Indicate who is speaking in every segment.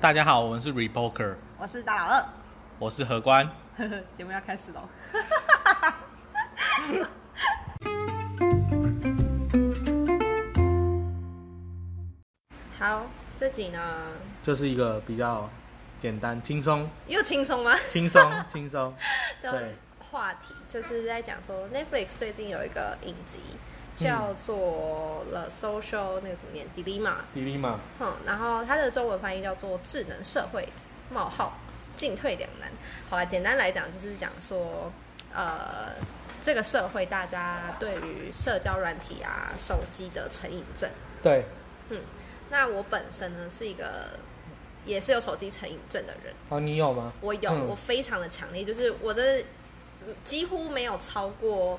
Speaker 1: 大家好，我们是 Repoker，
Speaker 2: 我是大老二
Speaker 1: 我是何官。
Speaker 2: 呵呵， 节目要开始喽。好，这集呢
Speaker 1: 这是一个比较简单、轻松、
Speaker 2: 又轻松吗？
Speaker 1: 轻松、 轻松。
Speaker 2: 的
Speaker 1: 对
Speaker 2: 话题就是在讲说 Netflix 最近有一个影集叫做《The Social》，那个怎么念？Dilemma。
Speaker 1: Dilemma，
Speaker 2: 嗯，然后它的中文翻译叫做“智能社会”冒号进退两难。好了，简单来讲就是讲说，呃，这个社会大家对于社交软体啊、手机的成瘾症。
Speaker 1: 对，
Speaker 2: 那我本身呢是一个也是有手机成瘾症的人，
Speaker 1: 哦，你有吗？
Speaker 2: 我有，
Speaker 1: 嗯
Speaker 2: 我非常的强烈，就是我真的几乎没有超过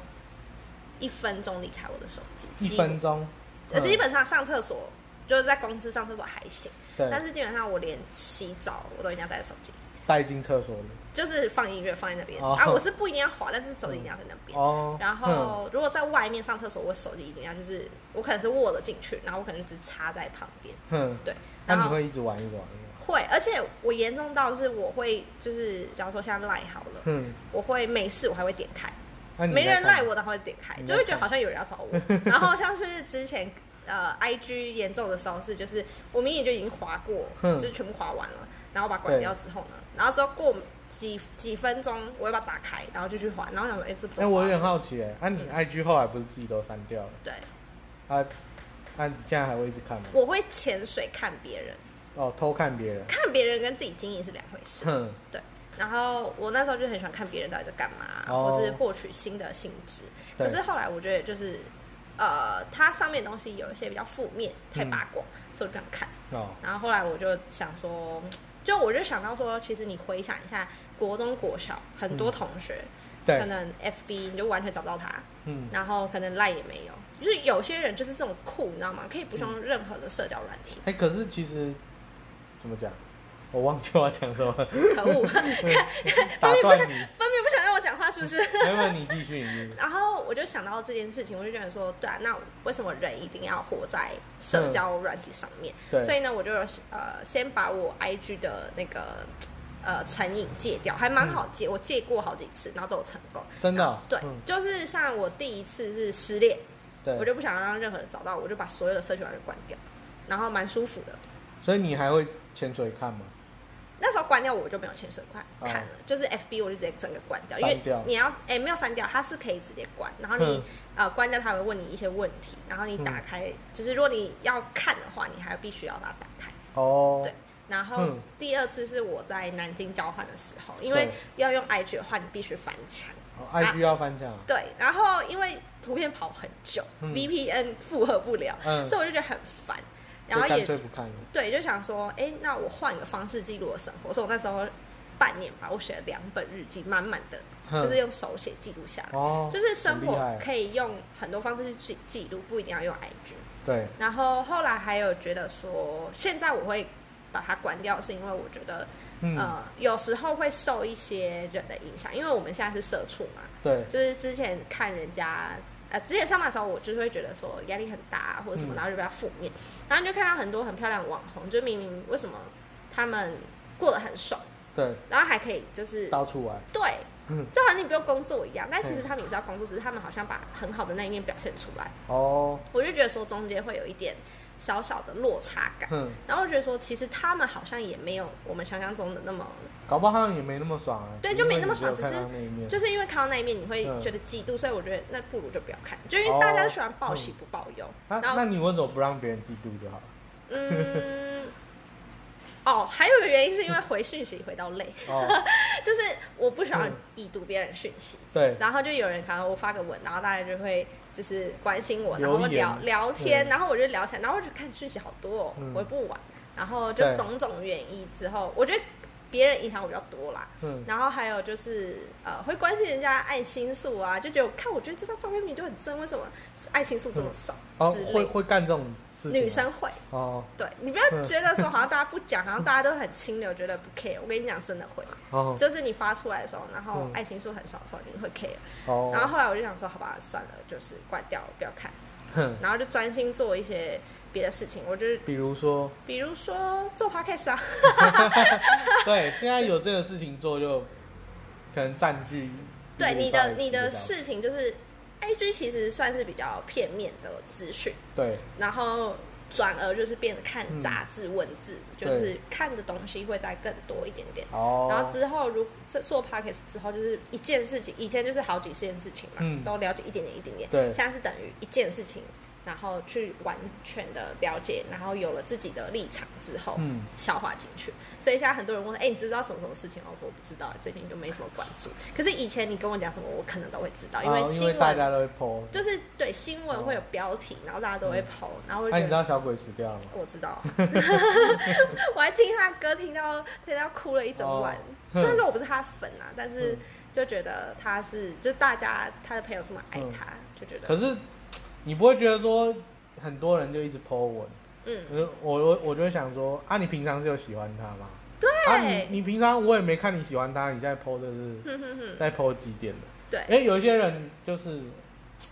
Speaker 2: 一分钟离开我的手机，
Speaker 1: 一
Speaker 2: 几乎
Speaker 1: 分钟。
Speaker 2: 呃，
Speaker 1: 嗯
Speaker 2: 基本上上厕所就是在公司上厕所还行。但
Speaker 1: 对，
Speaker 2: 是基本上我连洗澡我都一定要带着手机，
Speaker 1: 带进厕所里。
Speaker 2: 就是放音乐放在那边、
Speaker 1: 哦
Speaker 2: 啊。我是不一定要滑，但是手机一定要在那边。
Speaker 1: 哦。
Speaker 2: 然
Speaker 1: 嗯
Speaker 2: 后如果在外面上厕所，我手机一定要就是我可能是握了进去，然后我可能就只插在旁边。
Speaker 1: 哼，
Speaker 2: 对，
Speaker 1: 那
Speaker 2: 然
Speaker 1: 你
Speaker 2: 后
Speaker 1: 会一直玩一直玩一直玩。
Speaker 2: 会，而且我严重到是我会就是假如说像赖好了，
Speaker 1: 哼，
Speaker 2: 我会没事我还会点开，
Speaker 1: 那你
Speaker 2: 没人
Speaker 1: 在
Speaker 2: 赖
Speaker 1: 干嘛
Speaker 2: 我的话会点开，
Speaker 1: 你在
Speaker 2: 就会觉得好像有人要找我。 然后像是之前呃，IG 严重的时候是，就是我明明就已经划过，
Speaker 1: 哼
Speaker 2: 就是全部划完了，然后把它关掉之后呢，然后之后过几几分钟，我又把它打开，然后就去划，然后想说，哎、这不
Speaker 1: 哎、
Speaker 2: 都
Speaker 1: 我有
Speaker 2: 划
Speaker 1: 点
Speaker 2: 了？
Speaker 1: 好奇哎，啊，你 IG 后来不是自己都删掉了？
Speaker 2: 对，
Speaker 1: 啊，啊，你现在还会一直看吗？
Speaker 2: 我会潜水看别人，
Speaker 1: 哦，偷看别人。
Speaker 2: 看别人跟自己经营是两回事。
Speaker 1: 哼，
Speaker 2: 然后我那时候就很喜欢看别人到底在干嘛，
Speaker 1: 哦
Speaker 2: 或是获取新的性质。
Speaker 1: 对
Speaker 2: 可是后来我觉得就是，呃，它上面的东西有一些比较负面，太八卦，
Speaker 1: 嗯
Speaker 2: 所以我就不想看。
Speaker 1: 哦，
Speaker 2: 然后后来我就想说，就我就想到说，其实你回想一下，国中、国小很多同学，可
Speaker 1: 嗯对，
Speaker 2: 能 FB 你就完全找不到他，
Speaker 1: 嗯，
Speaker 2: 然后可能赖也没有，就是有些人就是这种酷，你知道吗？可以不
Speaker 1: 嗯
Speaker 2: 用任何的社交软体，
Speaker 1: 哎、可是其实怎么讲，我忘记我要讲什 么了，
Speaker 2: 可恶，
Speaker 1: 打断你，
Speaker 2: 分明不想让我讲话，是不 是？
Speaker 1: 没有，你继续， 你继续
Speaker 2: 然后我就想到这件事情，我就觉得说，对啊，那为什么人一定要活在社
Speaker 1: 嗯
Speaker 2: 交软体上面？所
Speaker 1: 对，
Speaker 2: 以呢，我就有呃先把我 IG 的那个呃成瘾戒掉，还蛮好戒，我戒过好几次，然后都有成功。
Speaker 1: 嗯真的哦、
Speaker 2: 对，
Speaker 1: 嗯，
Speaker 2: 就是像我第一次是失恋，我
Speaker 1: 对，
Speaker 2: 就不想让任何人找到我，我就把所有的社群软件关掉，然后蛮舒服的。
Speaker 1: 所以你还会潜水看吗？
Speaker 2: 那时候关掉我就没有潜水快
Speaker 1: 哦
Speaker 2: 看了，就是 FB 我就直接整个关掉，因为
Speaker 1: 删掉
Speaker 2: 你要哎、没有删掉，它是可以直接关，然后你、
Speaker 1: 嗯
Speaker 2: 呃关掉它会问你一些问题，然后你打开，就是如果你要看的话，你还必须要把它打开。
Speaker 1: 哦，
Speaker 2: 对然后
Speaker 1: 嗯
Speaker 2: 第二次是我在南京交换的时候，因为
Speaker 1: 对
Speaker 2: 要用 IG 的话，你必须翻墙。
Speaker 1: 哦，IG 要翻墙，
Speaker 2: 对，然后因为图片跑很久、
Speaker 1: 嗯
Speaker 2: v p n 负荷不了，
Speaker 1: 嗯，
Speaker 2: 所以我就觉得很烦。然
Speaker 1: 就
Speaker 2: 后
Speaker 1: 干
Speaker 2: 也
Speaker 1: 脆不看了，
Speaker 2: 对，就想说，哎，那我换个方式记录我生活。所以我那时候半年吧，我写了两本日记，满满的，
Speaker 1: 哼
Speaker 2: 就是用手写记录下来。
Speaker 1: 嗯哦，
Speaker 2: 就是生
Speaker 1: 很厉害
Speaker 2: 活可以用很多方式去记记录，不一定要用 IG。
Speaker 1: 对，
Speaker 2: 然后后来还有觉得说，现在我会把它关掉，是因为我觉得
Speaker 1: 嗯，
Speaker 2: 呃，有时候会受一些人的影响，因为我们现在是社畜嘛，
Speaker 1: 对，
Speaker 2: 就是之前看人家，呃，之前上班的时候，我就是会觉得说压力很大或者什么，
Speaker 1: 嗯
Speaker 2: 然后就比较负面，然后你就看到很多很漂亮的网红，就明明为什么他们过得很爽，
Speaker 1: 对，
Speaker 2: 然后还可以就是
Speaker 1: 到处玩，
Speaker 2: 对
Speaker 1: 嗯，
Speaker 2: 就好像你不用工作一样，但其实
Speaker 1: 嗯
Speaker 2: 他们也是要工作，只是他们好像把很好的那一面表现出来，
Speaker 1: 哦，
Speaker 2: 我就觉得说中间会有一点小小的落差感。
Speaker 1: 哼，
Speaker 2: 然后我觉得说，其实他们好像也没有我们想象中的那么
Speaker 1: 搞不好他们也没那么爽啊，
Speaker 2: 对就没那么爽
Speaker 1: 因为你有看
Speaker 2: 只是
Speaker 1: 到那一面
Speaker 2: 就是因为看到那一面，你会
Speaker 1: 嗯
Speaker 2: 觉得嫉妒，所以我觉得那不如就不要看，就因为大家都喜欢报喜不报忧。
Speaker 1: 啊，
Speaker 2: 然
Speaker 1: 那
Speaker 2: 后，
Speaker 1: 你为什么不让别人嫉妒就好了？
Speaker 2: 嗯，哦，还有一个原因是因为回讯息回到累，
Speaker 1: 哦，
Speaker 2: 就是我不喜欢
Speaker 1: 嗯
Speaker 2: 已读别人讯息，
Speaker 1: 对，
Speaker 2: 然后就有人可能我发个文，然后大家就会就是关心我，然后
Speaker 1: 留言
Speaker 2: 聊聊
Speaker 1: 嗯
Speaker 2: 天，然后我就聊起来，然后我就看讯息好多、哦
Speaker 1: 嗯，
Speaker 2: 回不完，然后就
Speaker 1: 对
Speaker 2: 种种原因之后，我觉得别人影响我比较多啦。
Speaker 1: 嗯，
Speaker 2: 然后还有就是呃，会关心人家爱心数啊，就觉得看，我觉得这张照片明明就很真，为什么爱心数这么少、
Speaker 1: 哦
Speaker 2: 之，类
Speaker 1: 会
Speaker 2: 的？
Speaker 1: 会干这种事情啊，
Speaker 2: 女生会，
Speaker 1: 哦，
Speaker 2: 对你不要觉得说好像大家不讲，好像大家都很清流，觉得不 care。我跟你讲，真的会，
Speaker 1: 哦，
Speaker 2: 就是你发出来的时候，然后
Speaker 1: 嗯
Speaker 2: 爱心数很少的时候，你会 care。
Speaker 1: 哦，
Speaker 2: 然后后来我就想说，好吧，算了，就是关掉，不要看，
Speaker 1: 哼，
Speaker 2: 然后就专心做一些别的事情。我就是
Speaker 1: 比如说，
Speaker 2: 比如说做 podcast 啊，
Speaker 1: 对，现在有这个事情做就可能占据一个
Speaker 2: 对
Speaker 1: 礼
Speaker 2: 你
Speaker 1: 拜
Speaker 2: 的你
Speaker 1: 时
Speaker 2: 的
Speaker 1: 间
Speaker 2: 事情就是 IG 其实算是比较片面的资讯，
Speaker 1: 对
Speaker 2: 然后转而就是变得看
Speaker 1: 嗯
Speaker 2: 杂志文字，就是看的东西会再更多一点点。
Speaker 1: 哦，
Speaker 2: 然后之后如这做 podcast 之后，就是一件事情，以前就是好几件事情嘛，
Speaker 1: 嗯
Speaker 2: 都了解一点点一点点。
Speaker 1: 对
Speaker 2: 现在是等于一件事情，然后去完全的了解，然后有了自己的立场之后，
Speaker 1: 嗯
Speaker 2: 消化进去。所以现在很多人问说：“哎、你知道什么什么事情？”哦，我不知道，最近就没什么关注。可是以前你跟我讲什么，我可能都会知道，
Speaker 1: 哦
Speaker 2: 为
Speaker 1: 因
Speaker 2: 新闻、
Speaker 1: 大家都会 po，
Speaker 2: 就是对新闻会有标题，然后大家都会
Speaker 1: 嗯
Speaker 2: 抛、然后我
Speaker 1: 那、
Speaker 2: 就
Speaker 1: 你
Speaker 2: 觉
Speaker 1: 知
Speaker 2: 得。
Speaker 1: 道小鬼死掉了吗？
Speaker 2: 我 知道， 我还听他歌听到听到哭了一整晚
Speaker 1: 哦。
Speaker 2: 虽然说我不是他粉啊，但是
Speaker 1: 嗯
Speaker 2: 就觉得他是，就大家他的朋友这么爱
Speaker 1: 嗯
Speaker 2: 他，就觉
Speaker 1: 可
Speaker 2: 得
Speaker 1: 是你不会觉得说很多人就一直 po 文，
Speaker 2: 嗯，
Speaker 1: 我就我我我就会想说啊，你平常是有喜欢他吗？
Speaker 2: 对，
Speaker 1: 啊，你你平常我也没看你喜欢他，你现在 po 的是
Speaker 2: 哼哼哼，
Speaker 1: 在 po 几点的？
Speaker 2: 嗯 对
Speaker 1: 因为哎有一些人就是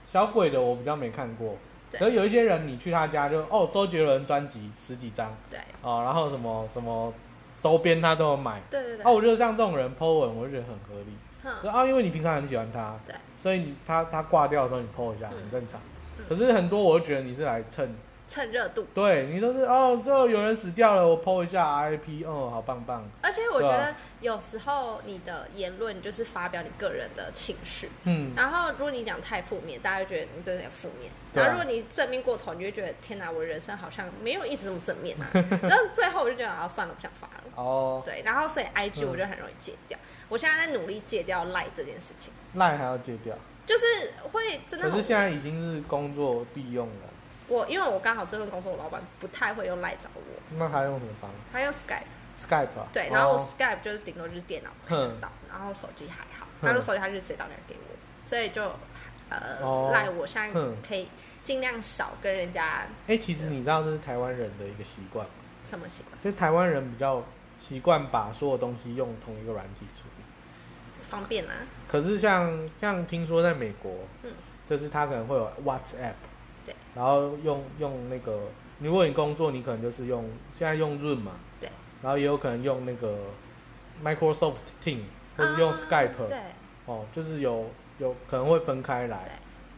Speaker 1: 小鬼的，我比较没看过。
Speaker 2: 对
Speaker 1: 可是有一些人，你去他家就哦，周杰伦专辑十几张
Speaker 2: 对
Speaker 1: 哦，然后什么什么周边他都有买。
Speaker 2: 对对对，
Speaker 1: 啊，我觉得像这种人 Po 文，我就觉得很合理。
Speaker 2: 哼
Speaker 1: 说啊，因为你平常很喜欢他，
Speaker 2: 对，
Speaker 1: 所以你他他挂掉的时候你 Po 一下
Speaker 2: 嗯
Speaker 1: 很正常
Speaker 2: 嗯。
Speaker 1: 可是很多我就觉得你是来蹭，
Speaker 2: 趁热度。
Speaker 1: 对你说是哦，这有人死掉了，我 Po 一下 RIP，哦，好棒棒，
Speaker 2: 而且我觉
Speaker 1: 对啊
Speaker 2: 得有时候你的言论就是发表你个人的情绪，
Speaker 1: 嗯，
Speaker 2: 然后如果你讲太负面，大家就觉得你真的很负面；
Speaker 1: 对
Speaker 2: 然
Speaker 1: 啊
Speaker 2: 后如果你正面过头，你就会觉得天哪，我人生好像没有一直这么正面 啊。然后最后我就觉得啊，算了，不想发了。
Speaker 1: 哦，
Speaker 2: 对，然后所以 IG
Speaker 1: 嗯
Speaker 2: 我就很容易戒掉。我现在在努力戒掉赖这件事情，
Speaker 1: 赖还要戒掉。
Speaker 2: 就是会真的
Speaker 1: 可
Speaker 2: 很无
Speaker 1: 是
Speaker 2: 聊。
Speaker 1: 现在已经是工作必用了，
Speaker 2: 我因为我刚好这份工作，我老板不太会用赖找我，
Speaker 1: 那还用什么方法
Speaker 2: 他用 Skype。
Speaker 1: ？Skype 啊？
Speaker 2: 对，然后我
Speaker 1: 哦
Speaker 2: Skype 就是顶多就是电脑看得到，然后手机还好。
Speaker 1: 哼
Speaker 2: 他说手机他就直接打电话给我，所以就呃
Speaker 1: 哦
Speaker 2: 赖我现在
Speaker 1: 哼
Speaker 2: 可以尽量少跟人家
Speaker 1: 哎、其实你知道这是台湾人的一个习惯吗，
Speaker 2: 什么习惯
Speaker 1: 就是台湾人比较习惯把所有东西用同一个软体处理。
Speaker 2: 方便啊。
Speaker 1: 可是像像听说在美国，
Speaker 2: 嗯
Speaker 1: 就是他可能会有 WhatsApp，
Speaker 2: 对，
Speaker 1: 然后用用那个，如果你工作，你可能就是用现在用 Zoom 嘛，
Speaker 2: 对，
Speaker 1: 然后也有可能用那个 Microsoft Team 或是用
Speaker 2: 啊
Speaker 1: Skype，、
Speaker 2: 对
Speaker 1: 哦，就是有有可能会分开来
Speaker 2: 对。。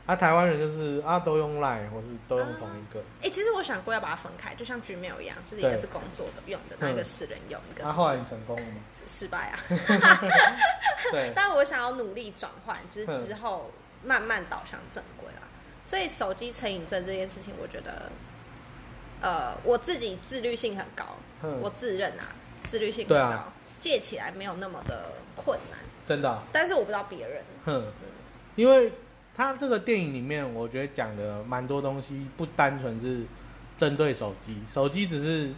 Speaker 1: 啊，台湾人就是啊，都用 Line 或是都用同一个。
Speaker 2: 哎、其实我想过要把它分开，就像 Gmail 一样，就是一个
Speaker 1: 对
Speaker 2: 是工作的用的，那一个
Speaker 1: 嗯
Speaker 2: 私人用，一个
Speaker 1: 那、
Speaker 2: 是
Speaker 1: 后来你成功了 吗？
Speaker 2: 失败啊。
Speaker 1: 对，
Speaker 2: 但我想要努力转换，就是
Speaker 1: 嗯
Speaker 2: 之后慢慢导向正规啦。所以手机成瘾症这件事情，我觉得，呃，我自己自律性很高，
Speaker 1: 嗯
Speaker 2: 我自认啊，自律性很
Speaker 1: 对
Speaker 2: 高，
Speaker 1: 啊
Speaker 2: 戒起来没有那么的困难。
Speaker 1: 真的啊、
Speaker 2: 但是我不知道别人，
Speaker 1: 哼，因为他这个电影里面，我觉得讲的蛮多东西，不单纯是针对手机，手机只是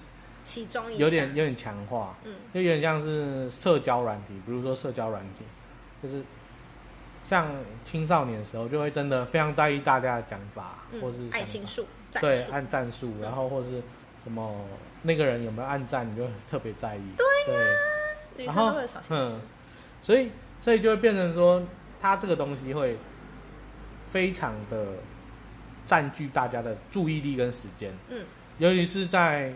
Speaker 2: 其中一项
Speaker 1: 有点有点强化，
Speaker 2: 嗯
Speaker 1: 就有点像是社交软体，比如说社交软体，就是像青少年的时候就会真的非常在意大家的讲法，或是
Speaker 2: 嗯，
Speaker 1: 想
Speaker 2: 爱心
Speaker 1: 法
Speaker 2: 数战
Speaker 1: 对
Speaker 2: 术，
Speaker 1: 按战术
Speaker 2: 嗯，
Speaker 1: 然后或是什么那个人有没有按赞，你就特别在意，对对
Speaker 2: 女
Speaker 1: 然
Speaker 2: 生
Speaker 1: 后
Speaker 2: 都会有小心思
Speaker 1: 嗯，，所以所以就会变成说，它这个东西会非常的占据大家的注意力跟时间，
Speaker 2: 嗯
Speaker 1: 尤其是在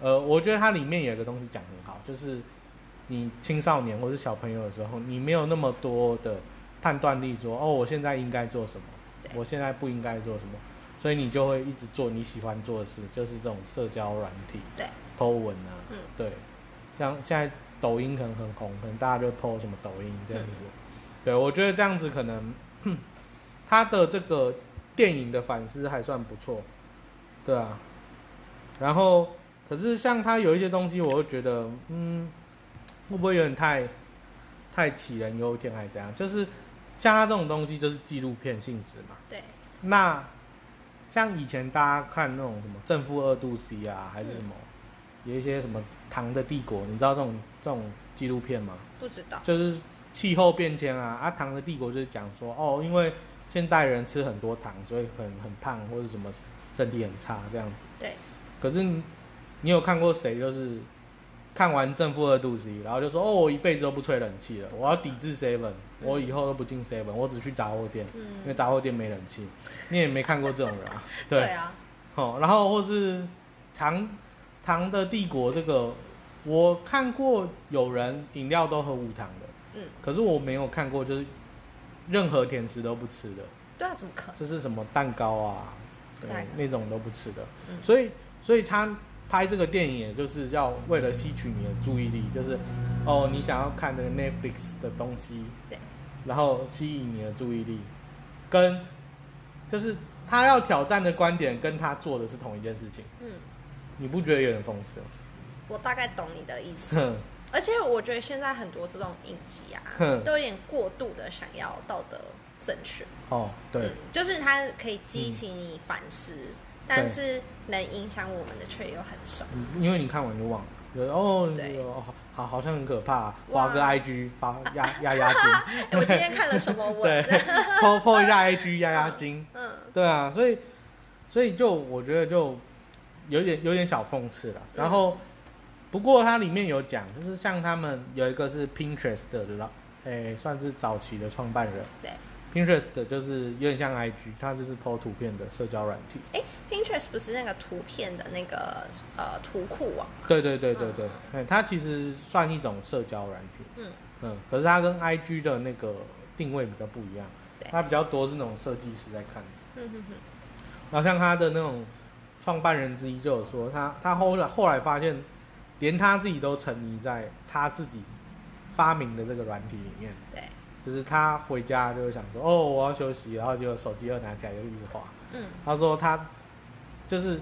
Speaker 1: 呃，我觉得它里面有一个东西讲得很好，就是你青少年或是小朋友的时候，你没有那么多的判断力说哦，我现在应该做什么
Speaker 2: 对，
Speaker 1: 我现在不应该做什么。所以你就会一直做你喜欢做的事，就是这种社交软体，
Speaker 2: 对，
Speaker 1: 偷文啊，
Speaker 2: 嗯
Speaker 1: 对，像现在抖音可能很红，可能大家就 PO 什么抖音这样子。对，我觉得这样子可能 他的这个电影的反思还算不错，对啊。然后，可是像他有一些东西，我会觉得，嗯，会不会有点太太杞人忧天，还是怎样？就是像他这种东西，就是纪录片性质嘛。
Speaker 2: 对，
Speaker 1: 那像以前大家看那种什么正负二度 C 啊，还是什么，有一些什么糖的帝国，你知道这种这种纪录片吗？
Speaker 2: 不知道，
Speaker 1: 就是气候变迁啊，啊，糖的帝国就是讲说，哦，因为现代人吃很多糖，所以很很胖或者什么身体很差这样子。
Speaker 2: 对，
Speaker 1: 可是你你有看过谁就是看完正负二度 C，然后就说，哦，我一辈子都不吹冷气了，我要抵制 seven，我以后都不进 seven，我只去杂货店。因为
Speaker 2: 嗯，
Speaker 1: 杂货店没冷气，你也没看过这种人啊，对，
Speaker 2: 啊，
Speaker 1: 哦，然后或是唐唐的帝国这个，我看过有人饮料都喝无糖的，
Speaker 2: 嗯，
Speaker 1: 可是我没有看过就是任何甜食都不吃的，
Speaker 2: 对啊，怎么可能？
Speaker 1: 就是什么蛋糕啊，对
Speaker 2: 蛋糕
Speaker 1: 那种都不吃的，
Speaker 2: 嗯
Speaker 1: 所以所以他拍这个电影也就是要为了吸取你的注意力，就是哦你想要看那个 Netflix 的东西，
Speaker 2: 对，
Speaker 1: 然后吸引你的注意力，跟就是他要挑战的观点跟他做的是同一件事情，
Speaker 2: 嗯，
Speaker 1: 你不觉得有点讽刺吗？
Speaker 2: 我大概懂你的意思。
Speaker 1: 哼
Speaker 2: 而且我觉得现在很多这种影集啊
Speaker 1: 哼，
Speaker 2: 都有点过度的想要道德正确。
Speaker 1: 哦，对
Speaker 2: 嗯，就是它可以激起你反思，但是能影响我们的却又很少。
Speaker 1: 嗯因为你看完就忘了。就是哦，
Speaker 2: 对
Speaker 1: 哦好好，好像很可怕、啊，划
Speaker 2: 哇
Speaker 1: 个 IG 发压压压惊，
Speaker 2: 哎、我今天看了什么
Speaker 1: 对
Speaker 2: 文？
Speaker 1: ，po po 一下 IG 压压惊，
Speaker 2: 嗯，
Speaker 1: 对啊，所以所以就我觉得就有点有点小讽刺了。然后、不过它里面有讲，就是像他们有一个是 Pinterest 的老，诶、算是早期的创办人。
Speaker 2: 对。
Speaker 1: Pinterest 就是有点像 IG，它就是 PO 图片的社交软体。
Speaker 2: 哎、p i n t e r e s t 不是那个图片的那个呃图库网吗？
Speaker 1: 对对对对对
Speaker 2: 嗯，
Speaker 1: 哎它其实算一种社交软体。
Speaker 2: 嗯
Speaker 1: 嗯，可是它跟 IG 的那个定位比较不一样
Speaker 2: 对，
Speaker 1: 它比较多是那种设计师在看的。
Speaker 2: 嗯哼哼，
Speaker 1: 然后像他的那种创办人之一就有说，他他后来后来发现，连他自己都沉迷在他自己发明的这个软体里面，
Speaker 2: 对，
Speaker 1: 就是他回家就会想说，哦，我要休息，然后结果手机又拿起来就一直滑。
Speaker 2: 嗯
Speaker 1: 他说他就是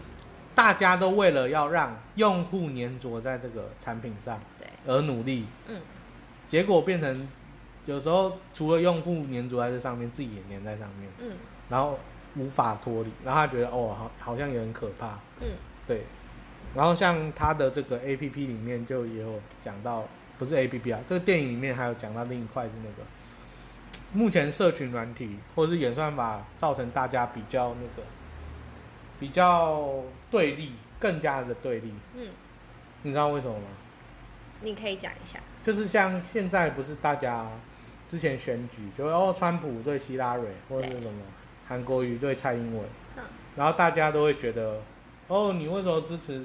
Speaker 1: 大家都为了要让用户粘着在这个产品上
Speaker 2: 对，
Speaker 1: 而努力，
Speaker 2: 嗯
Speaker 1: 结果变成有时候除了用户粘着在这上面，自己也粘在上面。
Speaker 2: 嗯
Speaker 1: 然后无法脱离，然后他觉得哦，好好像也很可怕，
Speaker 2: 嗯
Speaker 1: 对。然后像他的这个 A P P 里面就也有讲到，不是 A P P 啊，这个电影里面还有讲到另一块是那个，目前社群软体或者是演算法造成大家比较那个比较对立，更加的对立，
Speaker 2: 嗯，
Speaker 1: 你知道为什么吗？
Speaker 2: 你可以讲一下。
Speaker 1: 就是像现在不是大家之前选举，就会哦，川普对希拉蕊，或者是
Speaker 2: 对
Speaker 1: 什么韩国瑜对蔡英文，
Speaker 2: 嗯
Speaker 1: 然后大家都会觉得，哦，你为什么支持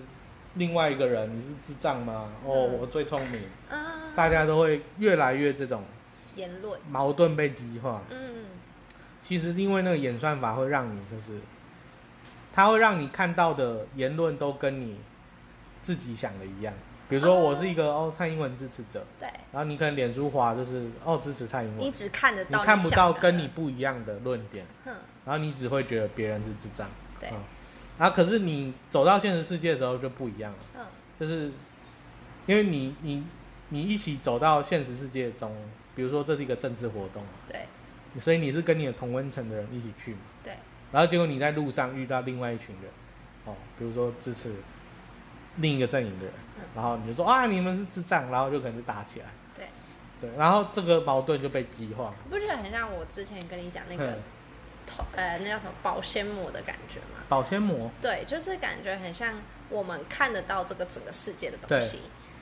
Speaker 1: 另外一个人？你是智障吗？哦，
Speaker 2: 嗯
Speaker 1: 我最聪明，
Speaker 2: 嗯、
Speaker 1: 大家都会越来越这种
Speaker 2: 言论，
Speaker 1: 矛盾被激化。
Speaker 2: 嗯
Speaker 1: 其实因为那个演算法会让你就是，它会让你看到的言论都跟你自己想的一样。比如说我是一个哦蔡英文支持者，
Speaker 2: 对，
Speaker 1: 然后你可能脸书滑就是哦支持蔡英
Speaker 2: 你
Speaker 1: 文，
Speaker 2: 只看得
Speaker 1: 你
Speaker 2: 到，
Speaker 1: 看不到
Speaker 2: 想的
Speaker 1: 跟你，不一样的论点，
Speaker 2: 嗯，
Speaker 1: 然后你只会觉得别人是智障。
Speaker 2: 对，
Speaker 1: 嗯然后可是你走到现实世界的时候就不一样了，
Speaker 2: 嗯
Speaker 1: 就是因为你你你一起走到现实世界中，比如说这是一个政治活动，
Speaker 2: 对
Speaker 1: 所以你是跟你的同温层的人一起去嘛，
Speaker 2: 对，
Speaker 1: 然后结果你在路上遇到另外一群人，哦，比如说支持另一个阵营的人
Speaker 2: 嗯，
Speaker 1: 然后你就说啊你们是智障，然后就可能就打起来，
Speaker 2: 对，
Speaker 1: 对，然后这个矛盾就被激化，
Speaker 2: 你不觉得很像我之前跟你讲那
Speaker 1: 嗯
Speaker 2: 个头呃那叫什么保鲜膜的感觉吗？
Speaker 1: 保鲜膜，
Speaker 2: 对，就是感觉很像我们看得到这个整个世界的东西，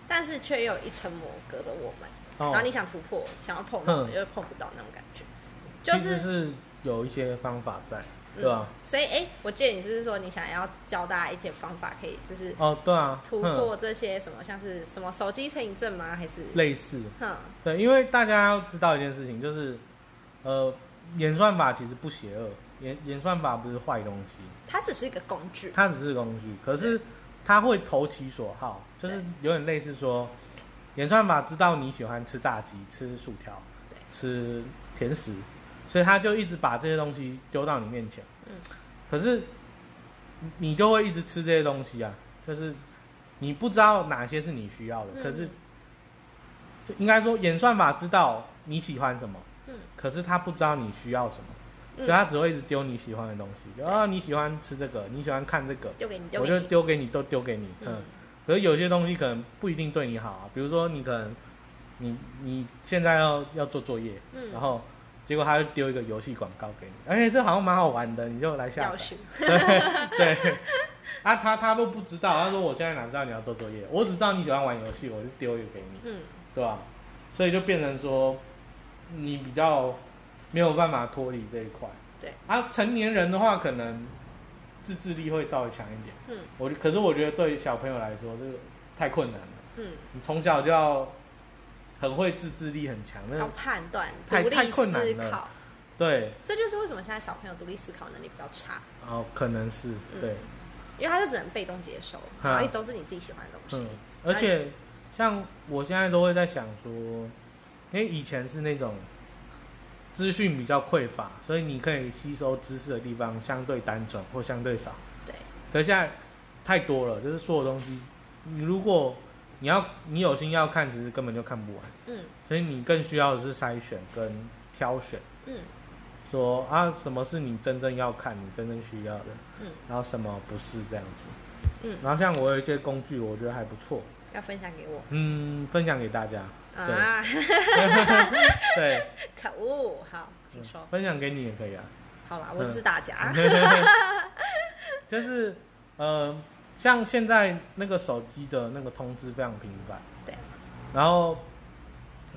Speaker 2: 但是却又有一层膜隔着我们，
Speaker 1: 哦
Speaker 2: 然后你想突破，想要碰到
Speaker 1: 嗯
Speaker 2: 又碰不到那种感觉，就
Speaker 1: 其实
Speaker 2: 是。
Speaker 1: 是有一些方法在，
Speaker 2: 嗯
Speaker 1: 对啊吧？
Speaker 2: 所以，哎、我记得你是说你想要教大家一些方法，可以就是
Speaker 1: 哦，对啊，
Speaker 2: 突
Speaker 1: 哼
Speaker 2: 破这些什么，像是什么手机成瘾症吗？还是
Speaker 1: 类似，
Speaker 2: 哼，
Speaker 1: 对，因为大家要知道一件事情，就是，呃，演算法其实不邪恶，演演算法不是坏东西，
Speaker 2: 它只是一个工具。
Speaker 1: 它只是工具，可是它会投其所好，就是有点类似说，演算法知道你喜欢吃炸鸡、吃薯条
Speaker 2: 对、
Speaker 1: 吃甜食，所以他就一直把这些东西丢到你面前，
Speaker 2: 嗯，
Speaker 1: 可是你你就会一直吃这些东西啊，就是你不知道哪些是你需要的，
Speaker 2: 嗯
Speaker 1: 可是就应该说演算法知道你喜欢什么，
Speaker 2: 嗯
Speaker 1: 可是他不知道你需要什么，所
Speaker 2: 嗯
Speaker 1: 以他只会一直丢你喜欢的东西，就啊你喜欢吃这个，你喜欢看这个，
Speaker 2: 丢给你，丢
Speaker 1: 我
Speaker 2: 给
Speaker 1: 就
Speaker 2: 你。
Speaker 1: 丢给你，都丢给你，嗯
Speaker 2: 嗯，
Speaker 1: 可是有些东西可能不一定对你好啊，比如说你可能你你现在要要做作业，
Speaker 2: 嗯
Speaker 1: 然后结果他就丢一个游戏广告给你，而且这好像蛮好玩的，你就来下
Speaker 2: 要
Speaker 1: 载。
Speaker 2: 学，
Speaker 1: 对， 啊他他都不知道，他说我现在哪知道你要做作业，我只知道你喜欢玩游戏，我就丢一个给你，
Speaker 2: 嗯，
Speaker 1: 对吧、所以就变成说你比较没有办法脱离这一块。
Speaker 2: 对
Speaker 1: 啊，成年人的话可能。自制力会稍微强一点。
Speaker 2: 嗯
Speaker 1: 我可是我觉得对小朋友来说，这个太困难了。
Speaker 2: 嗯，
Speaker 1: 你从小就要很会自制力很强，那
Speaker 2: 要判断、
Speaker 1: 太
Speaker 2: 独立
Speaker 1: 太困难
Speaker 2: 思
Speaker 1: 了
Speaker 2: 考，
Speaker 1: 对
Speaker 2: 这就是为什么现在小朋友独立思考能力比较差，
Speaker 1: 哦，可能是
Speaker 2: 嗯
Speaker 1: 对，
Speaker 2: 因为他就只能被动接收，
Speaker 1: 嗯
Speaker 2: 然后一直都是你自己喜欢的东西
Speaker 1: 嗯。，而且像我现在都会在想说，因为以前是那种资讯比较匮乏，所以你可以吸收知识的地方相对单纯或相对少。
Speaker 2: 对，
Speaker 1: 可是现在太多了，就是所有东西，你如果你要你有心要看，其实根本就看不完，
Speaker 2: 嗯
Speaker 1: 所以你更需要的是筛选跟挑选。
Speaker 2: 嗯
Speaker 1: 说啊，什么是你真正要看、你真正需要的，
Speaker 2: 嗯，
Speaker 1: 然后什么不是这样子，
Speaker 2: 嗯
Speaker 1: 然后像我有一些工具，我觉得还不错，
Speaker 2: 要分享给我
Speaker 1: 嗯，分享给大 家，
Speaker 2: 啊！
Speaker 1: 对，
Speaker 2: 可恶，好，请说。啊
Speaker 1: 分享给你也可以啊，
Speaker 2: 好啦，我就是大家。
Speaker 1: 嗯就是呃，像现在那个手机的那个通知非常频繁，
Speaker 2: 对，
Speaker 1: 然后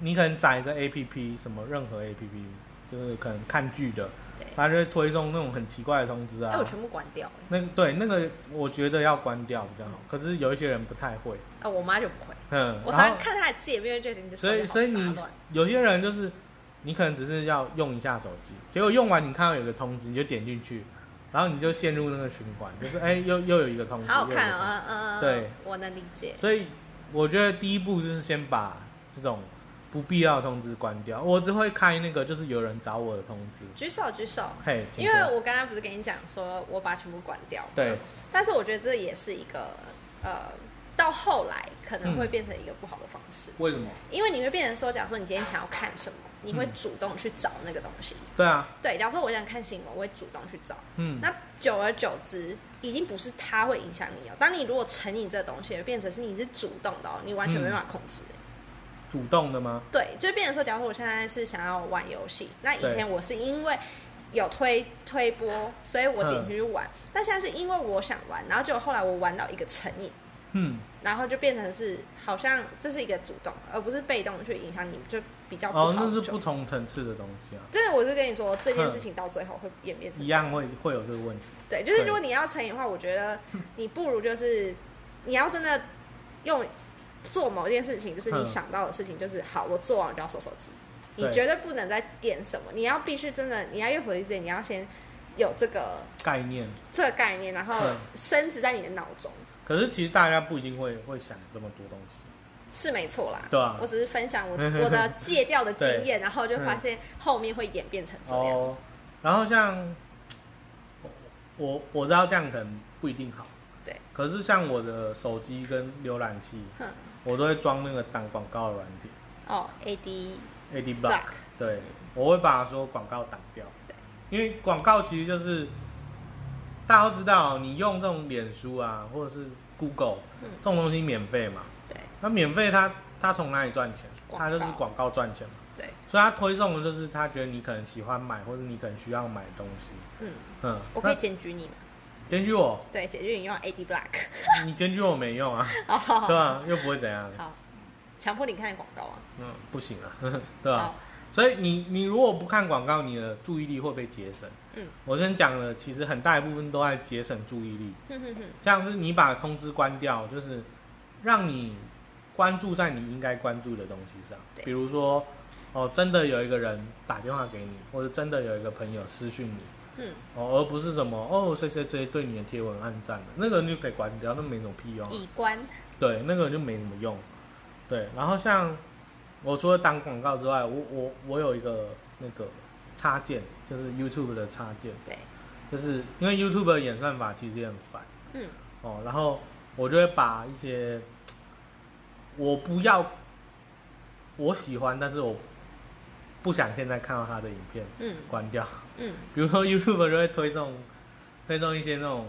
Speaker 1: 你可能载一个 APP，什么任何 APP，就是可能看剧的，
Speaker 2: 对，
Speaker 1: 它就会推送那种很奇怪的通知啊，
Speaker 2: 哎，我全部关掉。
Speaker 1: 那个对那个，我觉得要关掉比较好。可是有一些人不太会，
Speaker 2: 啊，我妈就不会，
Speaker 1: 嗯，
Speaker 2: 我
Speaker 1: 然
Speaker 2: 常
Speaker 1: 后
Speaker 2: 看她的界面，就觉得你的手
Speaker 1: 所以
Speaker 2: 机好
Speaker 1: 所以你
Speaker 2: 杂乱。
Speaker 1: 有些人就是你可能只是要用一下手机，结果用完你看到有个通知，你就点进去，然后你就陷入那个循环，就是哎、又又有一个通知，
Speaker 2: 好好
Speaker 1: 又有一
Speaker 2: 看
Speaker 1: 个通知
Speaker 2: 啊，嗯嗯，嗯
Speaker 1: 对，
Speaker 2: 我能理解。
Speaker 1: 所以我觉得第一步就是先把这种不必要的通知关掉。我只会开那个就是有人找我的通知，
Speaker 2: 举手举手，
Speaker 1: 嘿，请
Speaker 2: 因为
Speaker 1: 说
Speaker 2: 我刚刚不是跟你讲说我把全部关掉，
Speaker 1: 对，
Speaker 2: 但是我觉得这也是一个呃，到后来可能会变成一个不好的方式，
Speaker 1: 为什么？
Speaker 2: 因为你会变成说，假如说你今天想要看什么，你会
Speaker 1: 嗯
Speaker 2: 主动去找那个东西。
Speaker 1: 对啊，
Speaker 2: 对，假如说我想看新闻，我会主动去找。
Speaker 1: 嗯，
Speaker 2: 那久而久之，已经不是它会影响你哦。当你如果成瘾这东西，变成是你是主动的、哦，你完全没办法控制。
Speaker 1: 嗯主动的吗？
Speaker 2: 对，就变成说，假如说我现在是想要玩游戏，那以
Speaker 1: 对
Speaker 2: 前我是因为有推推播，所以我点进去玩。
Speaker 1: 嗯
Speaker 2: 但现在是因为我想玩，然后就后来我玩到一个成瘾，
Speaker 1: 嗯，
Speaker 2: 然后就变成是好像这是一个主动，而不是被动去影响你，就比较不好
Speaker 1: 哦
Speaker 2: 的，就。
Speaker 1: 那是不同层次的东西啊。
Speaker 2: 真的，我就跟你说，这件事情到最后会演变成
Speaker 1: 嗯一样嗯会会有这个问题。
Speaker 2: 对，就是
Speaker 1: 对
Speaker 2: 如果你要成瘾的话，我觉得你不如就是 你要真的用做某件事情，就是你
Speaker 1: 嗯
Speaker 2: 想到的事情，就是好，我做完我就要收手机，你
Speaker 1: 对
Speaker 2: 绝对不能再点什么，你要必须真的你要用手机之前，你要先有这个
Speaker 1: 概念。
Speaker 2: 这个概念，然后
Speaker 1: 嗯
Speaker 2: 升值在你的脑中
Speaker 1: 可是其实大家不一定会会想这么多东西，
Speaker 2: 是没错啦。
Speaker 1: 对啊
Speaker 2: 我只是分享 我我的戒掉的经验，然后就发现后面会演变成这样。
Speaker 1: 哦，然后像我我知道这样可能不一定好，
Speaker 2: 对。
Speaker 1: 可是像我的手机跟浏览器，
Speaker 2: 哼，
Speaker 1: 我都会装那个挡广告的软体
Speaker 2: 哦，A D
Speaker 1: ，AD Block，
Speaker 2: Block，
Speaker 1: 对，我会把所有广告挡掉
Speaker 2: 对，
Speaker 1: 因为广告其实就是大家都知道，你用这种脸书啊或者是 Google
Speaker 2: 嗯
Speaker 1: 这种东西免费嘛，
Speaker 2: 对
Speaker 1: 那免费它它从哪里赚钱？
Speaker 2: 广告
Speaker 1: 它就是广告赚钱嘛。
Speaker 2: 对，
Speaker 1: 所以它推送的就是他觉得你可能喜欢买，或者你可能需要买的东西。
Speaker 2: 嗯，
Speaker 1: 嗯，
Speaker 2: 我可以检举你吗？
Speaker 1: 那检举我，
Speaker 2: 对，检举你用 AD Block。
Speaker 1: 你检举我没用啊，
Speaker 2: 哦，好好
Speaker 1: 对吧？又不会怎样，
Speaker 2: 好， 强迫你看广告啊。
Speaker 1: 嗯，不行啊， 对吧
Speaker 2: 好？，
Speaker 1: 所以你你如果不看广告，你的注意力会被节省。
Speaker 2: 嗯，
Speaker 1: 我先讲了，其实很大一部分都在节省注意力，
Speaker 2: 哼哼哼，
Speaker 1: 像是你把通知关掉，就是让你关注在你应该关注的东西上，
Speaker 2: 对
Speaker 1: 比如说。哦，真的有一个人打电话给你，或者真的有一个朋友私讯你，
Speaker 2: 嗯，
Speaker 1: 哦，而不是什么哦谁谁谁对你的贴文暗赞了，那个人就可以关掉，那没什么屁用啊、
Speaker 2: 已关，
Speaker 1: 对，那个人就没什么用。对，然后像我除了挡广告之外，我我我有一个那个插件，就是 YouTube 的插件，
Speaker 2: 对，
Speaker 1: 就是因为 YouTube 的演算法其实也很烦
Speaker 2: 嗯
Speaker 1: 哦，然后我就会把一些我不要我喜欢，但是我不想现在看到他的影片
Speaker 2: 嗯
Speaker 1: 关掉。
Speaker 2: 嗯，
Speaker 1: 比如说 YouTube 就会推送推送一些那种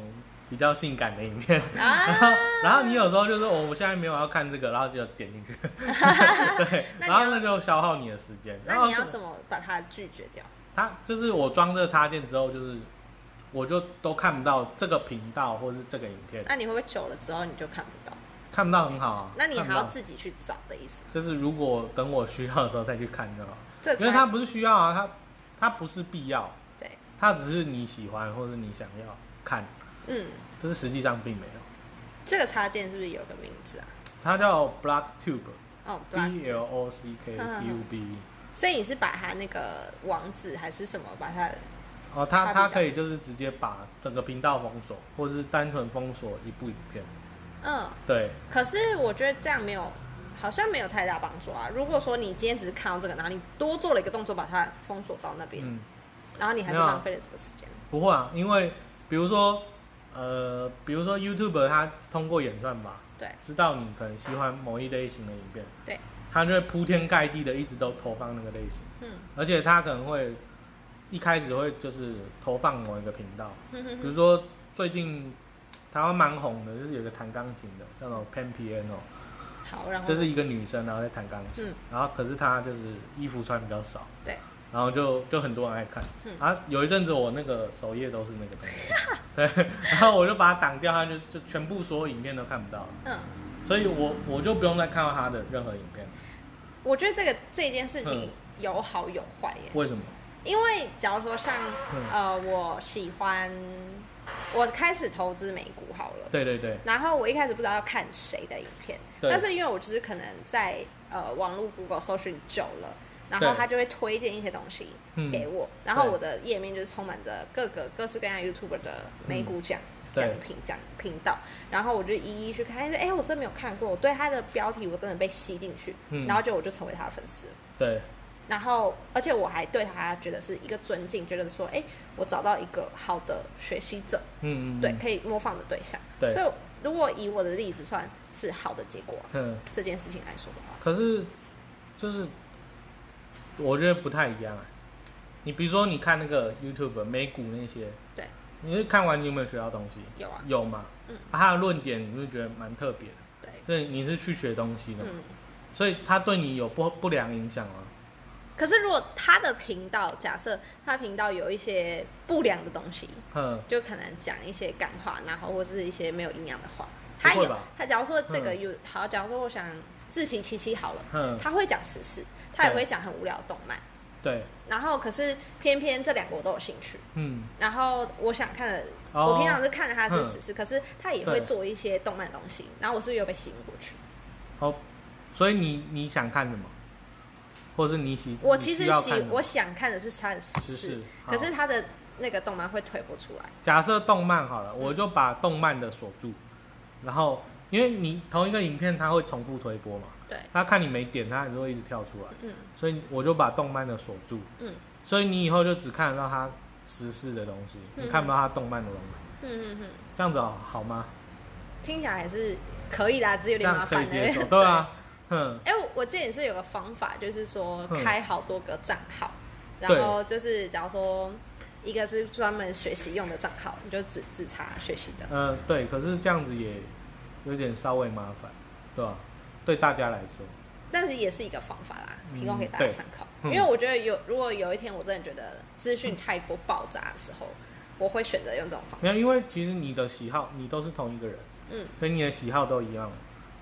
Speaker 1: 比较性感的影片，然后
Speaker 2: 啊，
Speaker 1: 然后你有时候就是、哦、我现在没有要看这个，然后就点进去， 对，
Speaker 2: 那你要
Speaker 1: 然后那就消耗你的时间。然
Speaker 2: 那
Speaker 1: 后
Speaker 2: 你要
Speaker 1: 是
Speaker 2: 怎么把它拒绝掉？
Speaker 1: 它就是我装这个插件之后，就是我就都看不到这个频道或是这个影片，
Speaker 2: 那你会不会久了之后你就看不到？
Speaker 1: 看不到很好啊。
Speaker 2: 那你
Speaker 1: 看
Speaker 2: 还
Speaker 1: 不
Speaker 2: 要
Speaker 1: 到
Speaker 2: 自己去找的意思？
Speaker 1: 就是如果等我需要的时候再去看 就好，
Speaker 2: 这
Speaker 1: 因为
Speaker 2: 才
Speaker 1: 它不是需要啊，它它不是必要，
Speaker 2: 对，
Speaker 1: 它只是你喜欢或是你想要看。
Speaker 2: 嗯，
Speaker 1: 但是实际上并没有。
Speaker 2: 这个插件是不是有个名字啊？
Speaker 1: 它叫 BlockTube，B
Speaker 2: 哦，Block
Speaker 1: L O C K
Speaker 2: 嗯嗯
Speaker 1: T U B E。
Speaker 2: 所以你是把它那个网址还是什么把它？
Speaker 1: 哦，它
Speaker 2: 它
Speaker 1: 它
Speaker 2: 比较
Speaker 1: 可以就是直接把整个频道封锁，或是单纯封锁一部影片。
Speaker 2: 嗯，
Speaker 1: 对，
Speaker 2: 可是我觉得这样没有，好像没有太大帮助啊。如果说你今天只是看到这个，然后你多做了一个动作把它封锁到那边，
Speaker 1: 嗯，
Speaker 2: 然后你还是
Speaker 1: 没有啊
Speaker 2: 浪费了这个时间。
Speaker 1: 不会啊，因为比如说，呃，比如说 YouTube 它通过演算法，
Speaker 2: 对，
Speaker 1: 知道你可能喜欢某一类型的影片，
Speaker 2: 对，
Speaker 1: 它就会铺天盖地的一直都投放那个类型，
Speaker 2: 嗯
Speaker 1: 而且它可能会一开始会就是投放某一个频道，
Speaker 2: 哼哼
Speaker 1: 比
Speaker 2: 哼，
Speaker 1: 如说最近台湾蛮红的，就是有一个弹钢琴的叫做 Pan Piano，
Speaker 2: 好，然
Speaker 1: 嗯
Speaker 2: 后
Speaker 1: 就是一个女生然后在弹钢琴，
Speaker 2: 嗯
Speaker 1: 然后可是她就是衣服穿比较少，
Speaker 2: 对，
Speaker 1: 然后就就很多人爱看，
Speaker 2: 嗯
Speaker 1: 啊，有一阵子我那个首页都是那个东西， 对，然后我就把它挡掉，它就就全部所有影片都看不到了，
Speaker 2: 嗯，
Speaker 1: 所以我我就不用再看到他的任何影片了，
Speaker 2: 我觉得这个这件事情
Speaker 1: 嗯
Speaker 2: 有好有坏耶。
Speaker 1: 为什么？
Speaker 2: 因为假如说像
Speaker 1: 嗯
Speaker 2: 呃，我喜欢我开始投资美股好了。
Speaker 1: 对对对，
Speaker 2: 然后我一开始不知道要看谁的影片，
Speaker 1: 对
Speaker 2: 但是因为我就是可能在呃网络 Google 搜寻久了，然后
Speaker 1: 对
Speaker 2: 他就会推荐一些东西
Speaker 1: 嗯
Speaker 2: 给我，然后
Speaker 1: 对
Speaker 2: 我的页面就是充满着各个各式各样 YouTube 的美股奖
Speaker 1: 对
Speaker 2: 奖品奖频道，然后我就一一去看，哎，我真的没有看过，我对他的标题我真的被吸进去，
Speaker 1: 嗯
Speaker 2: 然后就我就成为他的粉丝。
Speaker 1: 对，
Speaker 2: 然后，而且我还对他觉得是一个尊敬，觉得说，哎，我找到一个好的学习者，
Speaker 1: 嗯嗯，嗯
Speaker 2: 对，，可以模仿的对象。
Speaker 1: 对
Speaker 2: 所以如果以我的例子算是好的结果啊、
Speaker 1: 嗯。
Speaker 2: 这件事情来说的话，
Speaker 1: 可是，就是我觉得不太一样啊。你比如说，你看那个 YouTube 美股那些，
Speaker 2: 对，
Speaker 1: 你是看完你有没有学到东西？
Speaker 2: 有啊，
Speaker 1: 有嘛？
Speaker 2: 嗯
Speaker 1: 啊他的论点你就觉得蛮特别的，
Speaker 2: 对，
Speaker 1: 所以你是去学东西的嘛，
Speaker 2: 嗯。
Speaker 1: 所以他对你有不不良影响吗？
Speaker 2: 可是如果他的频道，假设他频道有一些不良的东西，
Speaker 1: 哼，
Speaker 2: 就可能讲一些感话，然后或是一些没有营养的话，
Speaker 1: 不
Speaker 2: 他
Speaker 1: 会
Speaker 2: 有
Speaker 1: 吧
Speaker 2: 他假如说这个
Speaker 1: 嗯
Speaker 2: 有、好，假如说我想自习七七好了，
Speaker 1: 哼，
Speaker 2: 他会讲时事，他也
Speaker 1: 对
Speaker 2: 会讲很无聊的动漫，
Speaker 1: 对，
Speaker 2: 然后可是偏偏这两个我都有兴趣，
Speaker 1: 嗯，
Speaker 2: 然后我想看的，
Speaker 1: 哦
Speaker 2: 我平常是看着他是史诗，可是他也会做一些动漫东西，然后我是不是又被吸引过去？
Speaker 1: 好，哦所以你你想看什么，或是你喜，
Speaker 2: 我
Speaker 1: 你
Speaker 2: 其实
Speaker 1: 需要看
Speaker 2: 喜
Speaker 1: 什么
Speaker 2: 我想看的是他的史
Speaker 1: 是
Speaker 2: 诗
Speaker 1: 是，
Speaker 2: 可
Speaker 1: 好
Speaker 2: 是他的那个动漫会推不出来。
Speaker 1: 假设动漫好
Speaker 2: 嗯
Speaker 1: 了，我就把动漫的锁住，然后因为你同一个影片它会重复推播嘛，
Speaker 2: 对，
Speaker 1: 他看你没点，他还是会一直跳出来，
Speaker 2: 嗯
Speaker 1: 所以我就把动漫的锁住，
Speaker 2: 嗯
Speaker 1: 所以你以后就只看得到他时事的东西，
Speaker 2: 嗯
Speaker 1: 你看不到他动漫的东西，
Speaker 2: 嗯嗯嗯，
Speaker 1: 这样子好好吗？
Speaker 2: 听起来还是可以啊啦，只是有
Speaker 1: 这
Speaker 2: 点麻
Speaker 1: 样可
Speaker 2: 烦
Speaker 1: 以接
Speaker 2: 欸
Speaker 1: 受，对 啊，哼，
Speaker 2: 哎、我我记得你是有个方法，就是说
Speaker 1: 嗯
Speaker 2: 开好多个账号，然
Speaker 1: 对
Speaker 2: 后就是假如说一个是专门学习用的账号，你就只只查学习的。
Speaker 1: 呃，对，可是这样子也有点稍微麻烦，对吧、对大家来说，
Speaker 2: 但是也是一个方法啦，
Speaker 1: 嗯
Speaker 2: 提供给大家参考。
Speaker 1: 对嗯
Speaker 2: 因为我觉得有，如果有一天我真的觉得资讯太过爆炸的时候，我会选择用这种方
Speaker 1: 嗯没有，
Speaker 2: 式。
Speaker 1: 因为其实你的喜好你都是同一个人，
Speaker 2: 嗯，
Speaker 1: 所以你的喜好都一样，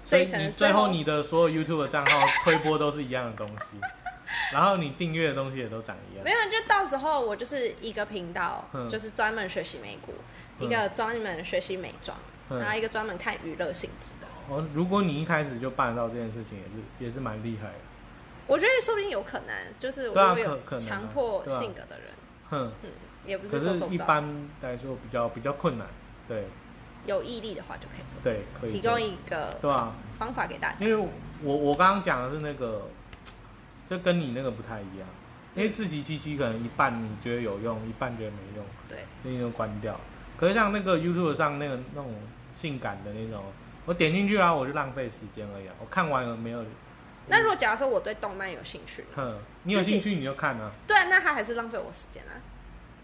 Speaker 2: 所以可
Speaker 1: 你
Speaker 2: 能
Speaker 1: 最
Speaker 2: 后
Speaker 1: 后你的所有 YouTube 账号推播都是一样的东 西，然后你订阅的东西也都长一样
Speaker 2: 没。有，就到时候我就是一个频道，
Speaker 1: 嗯
Speaker 2: 就是专门学习美股，
Speaker 1: 嗯
Speaker 2: 一个专门学习美妆，
Speaker 1: 嗯
Speaker 2: 然后一个专门看娱乐性质的。
Speaker 1: 哦，如果你一开始就办得到这件事情，也是也是蛮厉害的。
Speaker 2: 我觉得说不定有可能，就是如
Speaker 1: 对啊
Speaker 2: 果有
Speaker 1: 可可能啊
Speaker 2: 强迫
Speaker 1: 对啊
Speaker 2: 性格的人，
Speaker 1: 哼，
Speaker 2: 嗯，也不
Speaker 1: 可
Speaker 2: 是说
Speaker 1: 是
Speaker 2: 做不
Speaker 1: 一
Speaker 2: 到，
Speaker 1: 般来说比较比较困难。对
Speaker 2: 有毅力的话就可以做。
Speaker 1: 对，可以
Speaker 2: 提
Speaker 1: 做
Speaker 2: 供一个
Speaker 1: 对啊
Speaker 2: 方方法给大家。
Speaker 1: 因为我我刚刚讲的是那个，就跟你那个不太一样，因为自己七七可能一半你觉得有用，一半觉得没用，
Speaker 2: 对，
Speaker 1: 所以你就关掉。可是像那个 YouTube 上那个那种性感的那种，我点进去啊，我就浪费时间而已、啊。我看完了没有？
Speaker 2: 那如果假如说我对动漫有兴趣呢，
Speaker 1: 哼，你有
Speaker 2: 自己
Speaker 1: 兴趣你就看啊。
Speaker 2: 对啊，那他还是浪费我时间啊。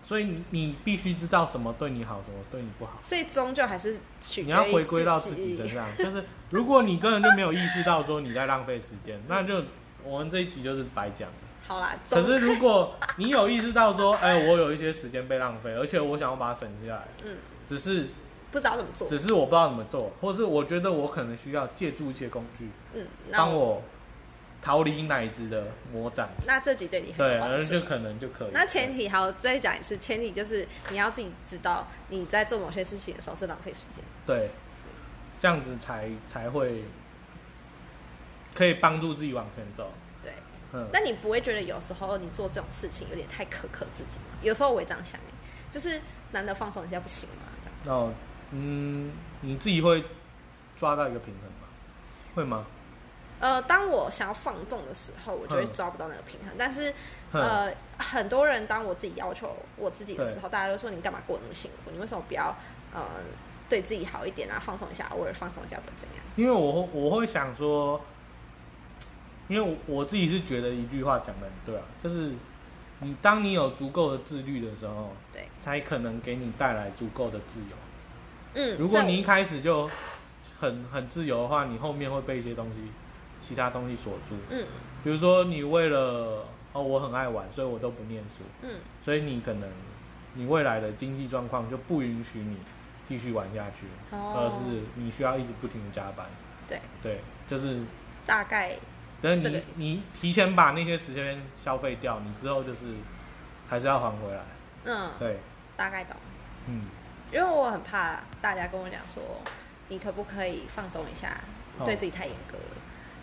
Speaker 1: 所以你你必须知道什么对你好，什么对你不好。
Speaker 2: 所以终究还是取决于
Speaker 1: 你要回归到自己身。上，就是如果你根本就没有意识到说你在浪费时间，那就我们这一集就是白讲。
Speaker 2: 好啦，
Speaker 1: 可
Speaker 2: 总
Speaker 1: 是如果你有意识到说，哎、我有一些时间被浪费，而且我想要把它省下来，
Speaker 2: 嗯，
Speaker 1: 只是
Speaker 2: 不知道怎么做
Speaker 1: 只，是我不知道怎么做，或是我觉得我可能需要借助一些工具
Speaker 2: 嗯，那
Speaker 1: 帮我逃离奶子的魔掌，
Speaker 2: 那这集对你很
Speaker 1: 对，
Speaker 2: 有
Speaker 1: 而
Speaker 2: 帮
Speaker 1: 就
Speaker 2: 助。
Speaker 1: 可能就可以。
Speaker 2: 那前提好，再讲一次，前提就是你要自己知道你在做某些事情的时候是浪费时间。
Speaker 1: 对，这样子才才会可以帮助自己往前走。
Speaker 2: 对，
Speaker 1: 嗯，
Speaker 2: 那你不会觉得有时候你做这种事情有点太苛刻自己吗？有时候我会这样想，欸就是难得放松一下不行吗？这样
Speaker 1: 那我嗯，你自己会抓到一个平衡吗？会吗？
Speaker 2: 呃，当我想要放纵的时候，我就会
Speaker 1: 嗯
Speaker 2: 抓不到那个平衡。但是
Speaker 1: 哼，
Speaker 2: 呃，很多人当我自己要求我自己的时候，大家都说你干嘛过得那么辛苦？你为什么不要呃对自己好一点啊，放松一下，偶尔放松一下不怎么样？
Speaker 1: 因为我会我会想说，因为我我自己是觉得一句话讲的很对啊，就是你当你有足够的自律的时候，
Speaker 2: 对，
Speaker 1: 才可能给你带来足够的自由。
Speaker 2: 嗯，
Speaker 1: 如果
Speaker 2: 这
Speaker 1: 你一开始就很很自由的话，你后面会被一些东西、其他东西锁住。
Speaker 2: 嗯
Speaker 1: 比如说你为了哦，我很爱玩，所以我都不念书，
Speaker 2: 嗯
Speaker 1: 所以你可能你未来的经济状况就不允许你继续玩下去，而
Speaker 2: 哦，
Speaker 1: 是你需要一直不停的加班。
Speaker 2: 对
Speaker 1: 对，就是
Speaker 2: 大概
Speaker 1: 等你、
Speaker 2: 这个
Speaker 1: 你提前把那些时间消费掉，你之后就是还是要还回来。
Speaker 2: 嗯
Speaker 1: 对，
Speaker 2: 大概懂。
Speaker 1: 嗯，
Speaker 2: 因为我很怕大家跟我讲说，你可不可以放松一下，
Speaker 1: 哦
Speaker 2: 对自己太严格了。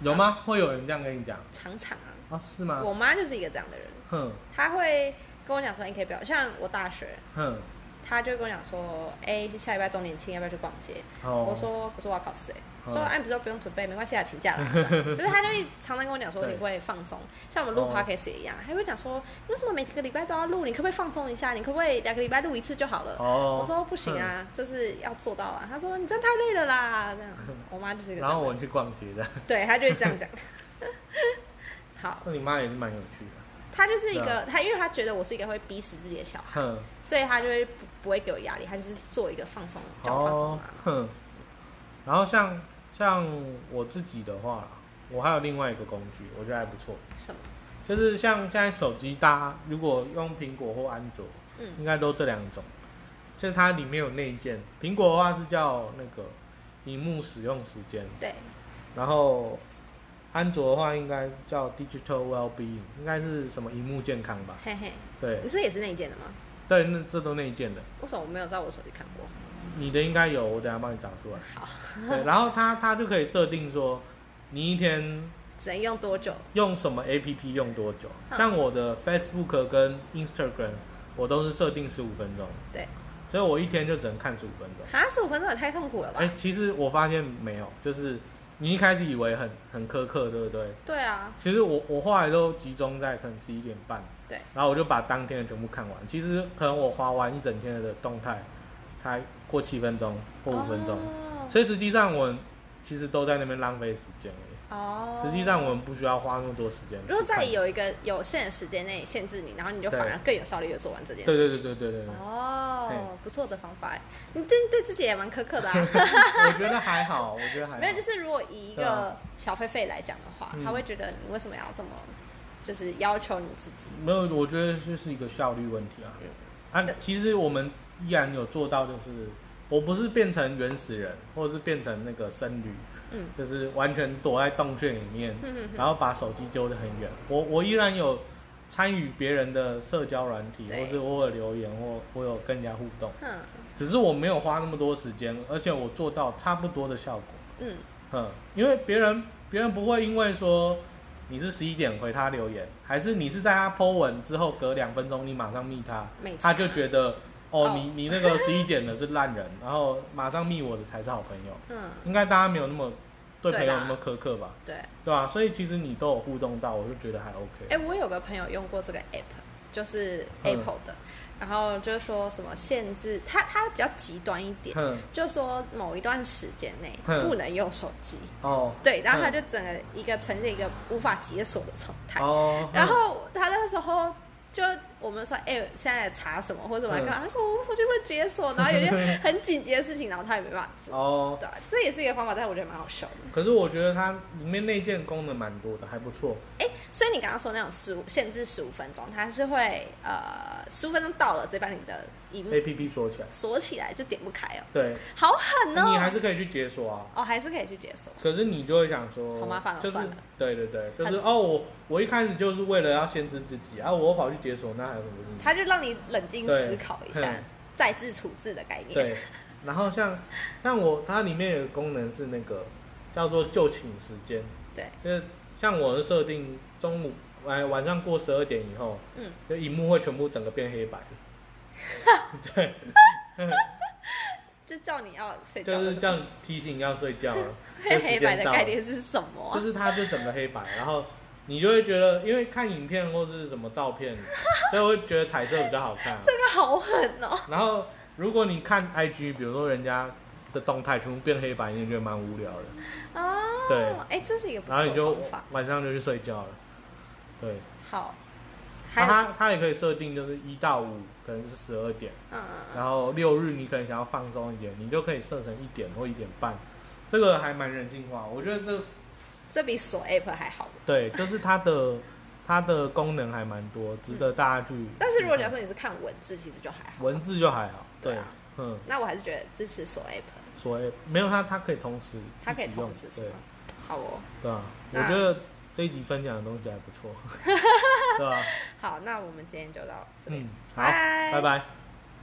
Speaker 1: 有吗？会有人这样跟你讲
Speaker 2: 常常啊，
Speaker 1: 啊？是吗？
Speaker 2: 我妈就是一个这样的人，
Speaker 1: 哼
Speaker 2: 她会跟我讲说，你可以不要。像我大学，
Speaker 1: 哼，
Speaker 2: 她就会跟我讲说，哎、下礼拜周年庆要不要去逛街？
Speaker 1: 哦，
Speaker 2: 我说，可是我要考试哎、
Speaker 1: 哦
Speaker 2: 说，哎、你不是说不用准备，没关系啊，请 假啦。这样就是她就会常常跟我讲说，
Speaker 1: 对
Speaker 2: 你会放松。像我们录
Speaker 1: 哦
Speaker 2: podcast 也一样，她会讲说，你为什么每个礼拜都要录？你可不可以放松一下？你可不可以两个礼拜录一次就好了？
Speaker 1: 哦，
Speaker 2: 我说不行啊，就是要做到啊。他说你真太累了啦，这样。我妈就是一
Speaker 1: 哼。
Speaker 2: 个这
Speaker 1: 然后
Speaker 2: 样的
Speaker 1: 我
Speaker 2: 人，
Speaker 1: 们去逛街的，
Speaker 2: 对她就会这样讲。好，
Speaker 1: 那你妈也是蛮有趣的。
Speaker 2: 她就是一
Speaker 1: 对啊
Speaker 2: 个她，因为她觉得我是一个会逼死自己的小孩，
Speaker 1: 哼，
Speaker 2: 所以她就会不不会给我压力，她就是做一个放松，叫我放松啊
Speaker 1: 哦
Speaker 2: 嘛。，
Speaker 1: 哼。然后像像我自己的话，我还有另外一个工具，我觉得还不错，
Speaker 2: 什么？
Speaker 1: 就是像现在手机大家如果用苹果或安卓，
Speaker 2: 嗯
Speaker 1: 应该都这两种，就是它里面有内建。苹果的话是叫那个荧幕使用时间，
Speaker 2: 对，
Speaker 1: 然后安卓的话应该叫 digital well-being，应该是什么荧幕健康吧？
Speaker 2: 嘿嘿，
Speaker 1: 对
Speaker 2: 你是也是那一件的吗？
Speaker 1: 对，那这都内建的，
Speaker 2: 为什么我没有在我手机看过？
Speaker 1: 你的应该有，我等一下帮你找出来。
Speaker 2: 好，
Speaker 1: 对，然后它它就可以设定说，你一天
Speaker 2: 只能用多久？
Speaker 1: 用什么 APP 用多久？
Speaker 2: 嗯
Speaker 1: 像我的 Facebook 跟 Instagram，我都是设定十五分钟，
Speaker 2: 对，
Speaker 1: 所以我一天就只能看十五分钟。
Speaker 2: 啊哈，十五分钟也太痛苦了吧
Speaker 1: 哎、？其实我发现没有，就是你一开始以为很很苛刻，对不对？
Speaker 2: 对啊，
Speaker 1: 其实我我后来都集中在可能十一点半，
Speaker 2: 对，
Speaker 1: 然后我就把当天的全部看完。其实可能我划完一整天的动态，才过七分钟或五分钟，
Speaker 2: 哦
Speaker 1: 所以实际上我们其实都在那边浪费时间而已。
Speaker 2: 哦，
Speaker 1: 实际上我们不需要花那么多时间去看。
Speaker 2: 如果在有一个有限的时间内限制你，然后你就反而更有效率的做完这件
Speaker 1: 对对
Speaker 2: 事
Speaker 1: 对
Speaker 2: 情。
Speaker 1: 对对对对，
Speaker 2: 哦
Speaker 1: 对，
Speaker 2: 不错的方法哎，你对对自己也蛮苛刻 的啊。
Speaker 1: 我觉得还好，我觉得还好。
Speaker 2: 没有，就是如果以一
Speaker 1: 对
Speaker 2: 个
Speaker 1: 啊
Speaker 2: 小狒狒来讲的话，
Speaker 1: 嗯
Speaker 2: 他会觉得你为什么要这么，就是要求你自己？
Speaker 1: 没有，我觉得就是一个效率问题啊
Speaker 2: 嗯。
Speaker 1: 啊，其实我们依然有做到，就是我不是变成原始人，或者是变成那个僧侣，
Speaker 2: 嗯
Speaker 1: 就是完全躲在洞穴里面，
Speaker 2: 哼哼哼，
Speaker 1: 然后把手机丢得很远。我我依然有参与别人的社交软体，
Speaker 2: 对
Speaker 1: 或是我有留言，或我有跟人家互动，
Speaker 2: 哼
Speaker 1: 只是我没有花那么多时间，而且我做到差不多的效果。
Speaker 2: 嗯，
Speaker 1: 嗯，因为别人别人不会因为说你是十一点回他留言，还是你是在他 po 文之后隔两分钟你马上密他
Speaker 2: 没，
Speaker 1: 他就觉得哦
Speaker 2: 哦
Speaker 1: 你你那个十一点的是烂人，然后马上密我的才是好朋友。
Speaker 2: 嗯，
Speaker 1: 应该大家没有那么对
Speaker 2: 对
Speaker 1: 朋友
Speaker 2: 啦
Speaker 1: 那么苛刻吧，
Speaker 2: 对。
Speaker 1: 对吧、所以其实你都有互动到，我就觉得还 OK。
Speaker 2: 哎，我有个朋友用过这个 app，就是
Speaker 1: 嗯
Speaker 2: Apple 的，然后就说什么限制，他他比较极端一点，
Speaker 1: 哼，
Speaker 2: 就说某一段时间内
Speaker 1: 嗯
Speaker 2: 不能用手机。
Speaker 1: 哦，
Speaker 2: 对，然后他
Speaker 1: 嗯
Speaker 2: 就整个一个呈现一个无法解锁的状态。
Speaker 1: 哦，
Speaker 2: 然后他那时候就我们说，哎、现在查什么或者什么
Speaker 1: 嗯
Speaker 2: 干嘛？他说我手机会解锁，然后有 些很紧急的事情，然后他也没办法
Speaker 1: 嗯
Speaker 2: 做。
Speaker 1: 哦，
Speaker 2: 对啊，这也是一个方法，但是我觉得蛮好笑的。
Speaker 1: 可是我觉得它里面内建功能蛮多的，还不错。
Speaker 2: 哎、所以你刚刚说那种十五限制十五分钟，它是会呃十五分钟到了，直接把你的荧幕
Speaker 1: ，A P P 锁起来。
Speaker 2: 锁起来就点不开哦，
Speaker 1: 对，
Speaker 2: 好狠
Speaker 1: 你还
Speaker 2: 哦！
Speaker 1: 是可以去解锁啊。
Speaker 2: 哦，还是可以去解锁，
Speaker 1: 可是你就会想说，
Speaker 2: 好麻烦哦
Speaker 1: 就是
Speaker 2: 算了
Speaker 1: 对对对，就是
Speaker 2: 很
Speaker 1: 哦，我我一开始就是为了要限制自己啊，我跑去解锁，那还有什么意义？
Speaker 2: 它就让你冷静
Speaker 1: 对
Speaker 2: 思考一下
Speaker 1: 嗯
Speaker 2: 再自处置的概念。
Speaker 1: 对，然后像像我它里面有个功能是那个叫做就寝时间，
Speaker 2: 对，
Speaker 1: 就是像我的设定中午晚晚上过十二点以后，
Speaker 2: 嗯，
Speaker 1: 就荧幕会全部整个变黑白，
Speaker 2: 就叫你要睡
Speaker 1: 就
Speaker 2: 觉的
Speaker 1: 是
Speaker 2: 时候，
Speaker 1: 这样提醒要睡觉了 就
Speaker 2: 黑
Speaker 1: 时
Speaker 2: 黑白
Speaker 1: 间
Speaker 2: 的
Speaker 1: 到
Speaker 2: 概
Speaker 1: 了，
Speaker 2: 念是什么啊、
Speaker 1: 就是它就整个黑白，然后。你就会觉得，因为看影片或是什么照 片，所以会觉得彩色比较好看啊、
Speaker 2: 这个好狠哦！
Speaker 1: 然后如果你看 IG，比如说人家的动态全部变黑白，你也觉得蛮无聊的。
Speaker 2: 哦，
Speaker 1: 对
Speaker 2: 哎、这是一个不
Speaker 1: 然后
Speaker 2: 错
Speaker 1: 你
Speaker 2: 的
Speaker 1: 就
Speaker 2: 方法。
Speaker 1: 晚上就去睡觉了。对，
Speaker 2: 好，还
Speaker 1: 那
Speaker 2: 有，
Speaker 1: 它它也可以设定就是一到五可能是十二点，
Speaker 2: 嗯嗯嗯，
Speaker 1: 然后六日你可能想要放松一点，你就可以设成一点或一点半，这个还蛮人性化。我觉得这
Speaker 2: 这比锁 app 还好。
Speaker 1: 对，就是它的它的功能还蛮多，值得大家去。
Speaker 2: 嗯但是如果假设你是看文字，其实就还好。
Speaker 1: 嗯文字就还好，
Speaker 2: 对
Speaker 1: 对
Speaker 2: 啊，
Speaker 1: 嗯，
Speaker 2: 那我还是觉得支持锁 app，
Speaker 1: 所以没有它，它可以同时
Speaker 2: 它可以
Speaker 1: 一起用
Speaker 2: 同时锁
Speaker 1: 对。
Speaker 2: 好哦，
Speaker 1: 对啊，我
Speaker 2: 那
Speaker 1: 觉得这一集分享的东 西还不错，对吧、啊
Speaker 2: 好，那我们今天就到这
Speaker 1: 嗯
Speaker 2: 边
Speaker 1: 嗯，，好，拜拜。